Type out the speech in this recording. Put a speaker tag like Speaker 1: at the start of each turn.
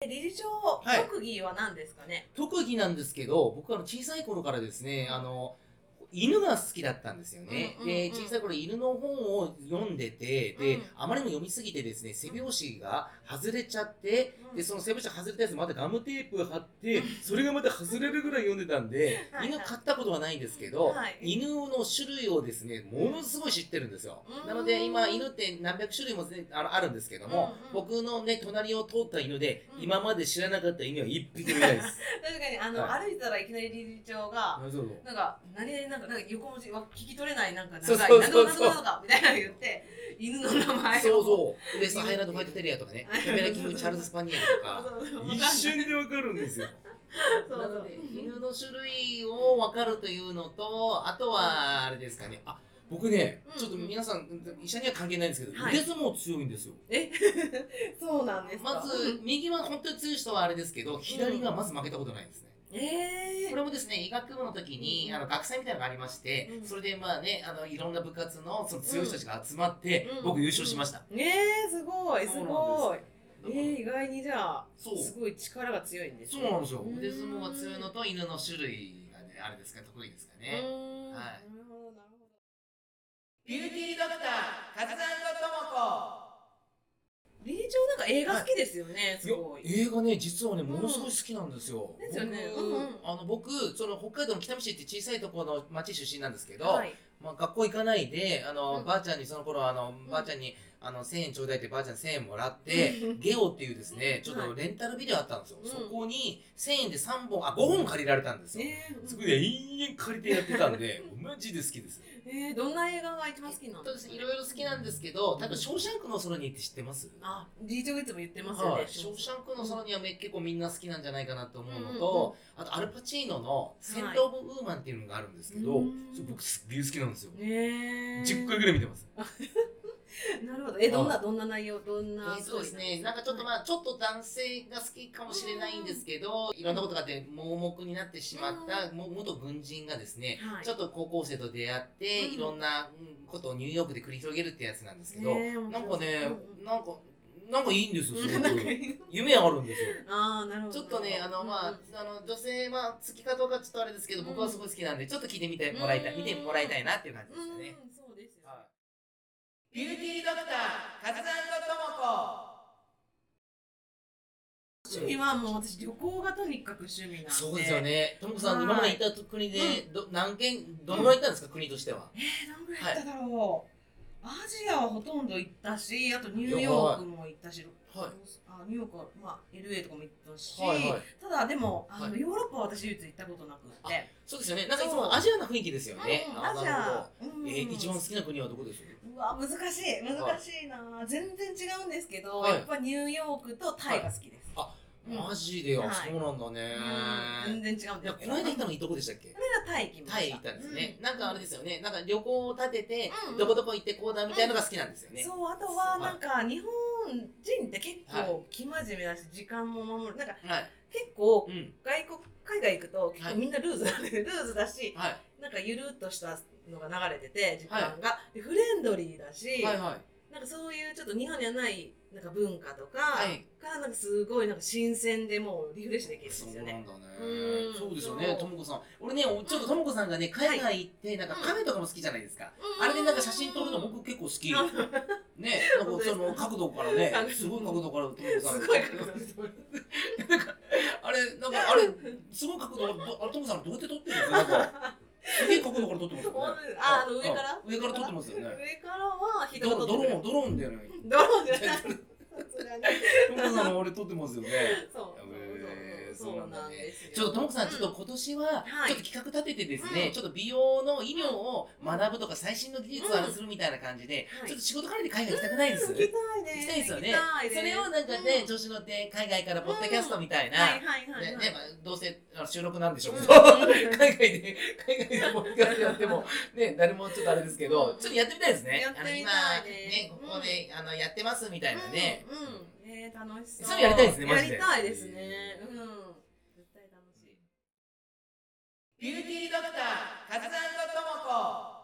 Speaker 1: え理事長、
Speaker 2: はい
Speaker 1: 特技は何ですかね
Speaker 2: 特技なんですけど僕はあの小さい頃からですねあの犬が好きだったんですよね、
Speaker 1: うんうんうん
Speaker 2: で小さい頃犬の本を読んでてで、
Speaker 1: うん
Speaker 2: あまりにも読みすぎてですね背拍子が外れちゃって、
Speaker 1: うん
Speaker 2: でその背拍子外れたやつまたガムテープ貼ってそれがまた外れるぐらい読んでたんで
Speaker 1: はい
Speaker 2: 犬飼ったことはないんですけど、
Speaker 1: はい
Speaker 2: 犬の種類をですねものすごい知ってるんですよ、
Speaker 1: うん
Speaker 2: なので今犬って何百種類も、ね、あのあるんですけども、
Speaker 1: うんうん
Speaker 2: 僕のね隣を通った犬で、
Speaker 1: うん
Speaker 2: 今まで知らなかった犬は一匹もいないです
Speaker 1: 確かにあの、
Speaker 2: は
Speaker 1: 歩いてたらいきなり理事長が、
Speaker 2: そうそう
Speaker 1: なんか何々なんかなんか横文字は聞き取れないなんか長
Speaker 2: そう
Speaker 1: い
Speaker 2: そう
Speaker 1: 何
Speaker 2: そ
Speaker 1: と
Speaker 2: う
Speaker 1: かなんとかなんとかみたいなの言って犬の名前を
Speaker 2: そう
Speaker 1: う
Speaker 2: そう。で、さハイランドファイトテリアとかね、キャメラキングチャールズ・スパニエルとか、
Speaker 1: そうそう
Speaker 2: 一瞬でわかるんですよ。
Speaker 1: そう
Speaker 2: な
Speaker 1: そ
Speaker 2: の
Speaker 1: う
Speaker 2: で、犬の種類をわかるというのと、あとは、あれですかね、あ僕ね
Speaker 1: う、ん
Speaker 2: ちょっと皆さん、医者には関係ないんですけど、
Speaker 1: はい
Speaker 2: 腕相撲強いんですよ。
Speaker 1: そうなんですか
Speaker 2: まず、右は本当に強い人はあれですけど、左はまず負けたことないんですね。
Speaker 1: ええ
Speaker 2: これもですね、医学部の時に、あの、学祭みたいなのがありまして
Speaker 1: う、ん
Speaker 2: それでまあね、あの、いろんな部活の、その強い人たちが集まって
Speaker 1: う、ん
Speaker 2: 僕優勝しました。
Speaker 1: ええすごいすごいえ
Speaker 2: そうなんです
Speaker 1: え意外にじゃあ
Speaker 2: そう。
Speaker 1: すごい力が強いんです
Speaker 2: そう
Speaker 1: ね
Speaker 2: なんですよ。腕相
Speaker 1: う
Speaker 2: 撲
Speaker 1: ん
Speaker 2: が強いのと犬の種類がね、あれですか、得意ですか
Speaker 1: う
Speaker 2: ね。
Speaker 1: ーん
Speaker 2: はい
Speaker 1: なるほどなるほど
Speaker 2: ビューティードクター、カズア
Speaker 1: 理事長なんか映画好きですよね、す
Speaker 2: ンと
Speaker 1: ご
Speaker 2: もこ。
Speaker 1: い。
Speaker 2: 映画ね、実はね、
Speaker 1: ん
Speaker 2: ものすごい好きなんですよ。
Speaker 1: ですよね
Speaker 2: 僕
Speaker 1: うんうん
Speaker 2: あの、僕、その北海道の北見市って小さいところの町出身なんですけど。
Speaker 1: はい。
Speaker 2: まあ、学校行かないで、あの、
Speaker 1: うん
Speaker 2: ばあちゃんにその頃、あの、
Speaker 1: ん
Speaker 2: ばあちゃんに。あの、千円ちょうだいって、ばあちゃん千円もらって、ゲオっていうですね、ちょっ
Speaker 1: は
Speaker 2: と
Speaker 1: い
Speaker 2: レンタルビデオあったんですよ。
Speaker 1: うん
Speaker 2: そこに千円で三本、あ、五本借りられたんですよ。
Speaker 1: えー、
Speaker 2: そこで延々借りてやってた んで、マジで好きです。
Speaker 1: えー、どんな映画が一番好きなの
Speaker 2: そうですね、いろいろ好きなんですけど、多分、ショーシャンクの空にって知ってます
Speaker 1: あ、理事長いつも言ってますよね。
Speaker 2: はい、ショーシャンクの空にはめ結構みんな好きなんじゃないかなと思うの
Speaker 1: うんうんうん
Speaker 2: と、あと、アルパチーノの「セント・オブ・ウーマン」っていうのがあるんですけど、
Speaker 1: うん
Speaker 2: そう僕、すっげえ好きなんですよ。
Speaker 1: ねえ。
Speaker 2: 10回ぐらい見てます。
Speaker 1: なるほど。え、どん
Speaker 2: は
Speaker 1: ないどんな内容どんな。
Speaker 2: えーそうですね、なんかちょっとまあ、ちょっと男性が好きかもしれないんですけど、いろんなことがあって盲目になってしまったも元軍人がですね、
Speaker 1: はい
Speaker 2: ちょっと高校生と出会って、
Speaker 1: うん
Speaker 2: いろんなうんことをニューヨークで繰り広げるってやつなんですけど、
Speaker 1: ねえ面
Speaker 2: な
Speaker 1: 白
Speaker 2: ん
Speaker 1: い
Speaker 2: かね
Speaker 1: う、
Speaker 2: なんか、 なんかいいんですよ、す
Speaker 1: うん
Speaker 2: ご
Speaker 1: なん
Speaker 2: く
Speaker 1: かいい
Speaker 2: 夢あるんですよ。
Speaker 1: ああ、なるほど。
Speaker 2: ちょっとね、あの、まあ、あの、女性、まあ、好きかどうかちょっとあれですけど、
Speaker 1: うん
Speaker 2: 僕はすごい好きなんで、ちょっと聞いてみてもらいたい、
Speaker 1: うん
Speaker 2: 見てもらいたいなっていう感じ
Speaker 1: う
Speaker 2: です
Speaker 1: ん、
Speaker 2: よ
Speaker 1: う
Speaker 2: ね。
Speaker 1: ん、そうですよ。
Speaker 2: ビューティードクター、カズと
Speaker 1: 趣味はもう私旅行がとにかく趣味なんで。
Speaker 2: そうですよ。ね。ともこさん、
Speaker 1: はい
Speaker 2: 今まで行った国で、ど、何件、どのぐらい行ったんですか、国としては。
Speaker 1: えー、何ぐらい行っただろう。アジアはほとんど行ったし、あとニュー
Speaker 2: いや
Speaker 1: ヨ
Speaker 2: は
Speaker 1: ーク
Speaker 2: い
Speaker 1: も行ったし、
Speaker 2: は
Speaker 1: あニューヨークは、まあ、LA とかも行ったし、
Speaker 2: はいはい
Speaker 1: ただでもあの、
Speaker 2: はい
Speaker 1: ヨーロッパは私唯一行ったことなくって、
Speaker 2: そうですよね。なんかいつもアジアな雰囲気ですよね。
Speaker 1: うん
Speaker 2: あ
Speaker 1: アジ
Speaker 2: なるほ
Speaker 1: ア
Speaker 2: ど、
Speaker 1: うん
Speaker 2: えー、一番好きな国はどこです
Speaker 1: うわ難しい難しいな、全然違うんですけど、
Speaker 2: はい
Speaker 1: やっぱニューヨークとタイが好きです、うん
Speaker 2: マジで、あ、
Speaker 1: はい
Speaker 2: そうなんだね。
Speaker 1: うん全然違うん
Speaker 2: い
Speaker 1: で
Speaker 2: や、
Speaker 1: す
Speaker 2: こ
Speaker 1: けど
Speaker 2: の間行ったのいいとこでしたっけ
Speaker 1: これはタイ行きました
Speaker 2: タイ行ったんですね、
Speaker 1: う
Speaker 2: なんかあれですよねなんか旅行を立てて、
Speaker 1: うん
Speaker 2: どこどこ行ってこうだみたいなのが好きなんですよね、
Speaker 1: そうあとはなんか日本人って結構生真面目だし時間も守るなんか
Speaker 2: はい
Speaker 1: 結構
Speaker 2: うん
Speaker 1: 外国海外行くと結構みんなルーズなんで、ルーズだし
Speaker 2: は
Speaker 1: なんかゆるっとしたのが流れてて時間が、でフレンドリーだし、
Speaker 2: いはいはい
Speaker 1: なんかそういうちょっと日本にはないなんか文化とか
Speaker 2: はい
Speaker 1: がなんかすごいなんか新鮮でもうリフレッシュできるんです
Speaker 2: そう
Speaker 1: よ
Speaker 2: なんだ
Speaker 1: ね。
Speaker 2: ね
Speaker 1: うん
Speaker 2: そうですよね
Speaker 1: そ
Speaker 2: と
Speaker 1: う
Speaker 2: もこさん俺ねおちょっとともこさんがね海外行ってなんかカメとかも好きじゃないですか、あれでなんか写真撮るの僕結構好き
Speaker 1: あ
Speaker 2: ねなん
Speaker 1: 本当で
Speaker 2: か
Speaker 1: す
Speaker 2: そ
Speaker 1: か
Speaker 2: の角度からね
Speaker 1: あの
Speaker 2: すごい角度からともこさ ん
Speaker 1: すごい角度
Speaker 2: あれなんかあれ すごい角度どあれともこさんどうやって撮ってるんですかなんかすげえ角度から撮ってますよね
Speaker 1: ああの上から
Speaker 2: うん上から撮ってますよね
Speaker 1: 上からは人
Speaker 2: ド
Speaker 1: が
Speaker 2: ロ
Speaker 1: 撮
Speaker 2: ド
Speaker 1: って
Speaker 2: ロ
Speaker 1: くれる
Speaker 2: ーンドローンだよね
Speaker 1: ドローンじゃない。
Speaker 2: ともこさんのあれ撮ってますよね
Speaker 1: そう
Speaker 2: へー
Speaker 1: そうそう
Speaker 2: そう
Speaker 1: そ
Speaker 2: な
Speaker 1: うんな
Speaker 2: だ
Speaker 1: ん
Speaker 2: ね
Speaker 1: ですよ。
Speaker 2: ちょっとともこさん、
Speaker 1: う
Speaker 2: ちょっと今年は
Speaker 1: はい
Speaker 2: ちょっと企画立ててですね、
Speaker 1: うん
Speaker 2: ちょっと美容の医療を学ぶとか最新の技術をあれするみたいな感じで、
Speaker 1: うんはい
Speaker 2: ちょっと仕事からで海外行きたくないです、
Speaker 1: 行
Speaker 2: 行
Speaker 1: き
Speaker 2: き
Speaker 1: たいね。
Speaker 2: たいですよね
Speaker 1: 行きたい。
Speaker 2: それをなんかね、
Speaker 1: うん
Speaker 2: 調子乗って海外からポッドキャストみたいな、
Speaker 1: はいはいはい
Speaker 2: ね
Speaker 1: は
Speaker 2: ね
Speaker 1: い。
Speaker 2: まあ、どうせあの収録なんでしょうけど、
Speaker 1: うん
Speaker 2: 海外で海外でポッドキャスト やってもね誰もちょっとあれですけど、
Speaker 1: うん
Speaker 2: ちょっとやってみたいですね
Speaker 1: やってみたいね
Speaker 2: あの今ねここで、あのやってますみたいなね、
Speaker 1: うん。うん。えー、楽しそう。
Speaker 2: それやりたいですねマジで
Speaker 1: やりたいですね。うん。絶対楽しい。
Speaker 2: ビューティードクターカズともこ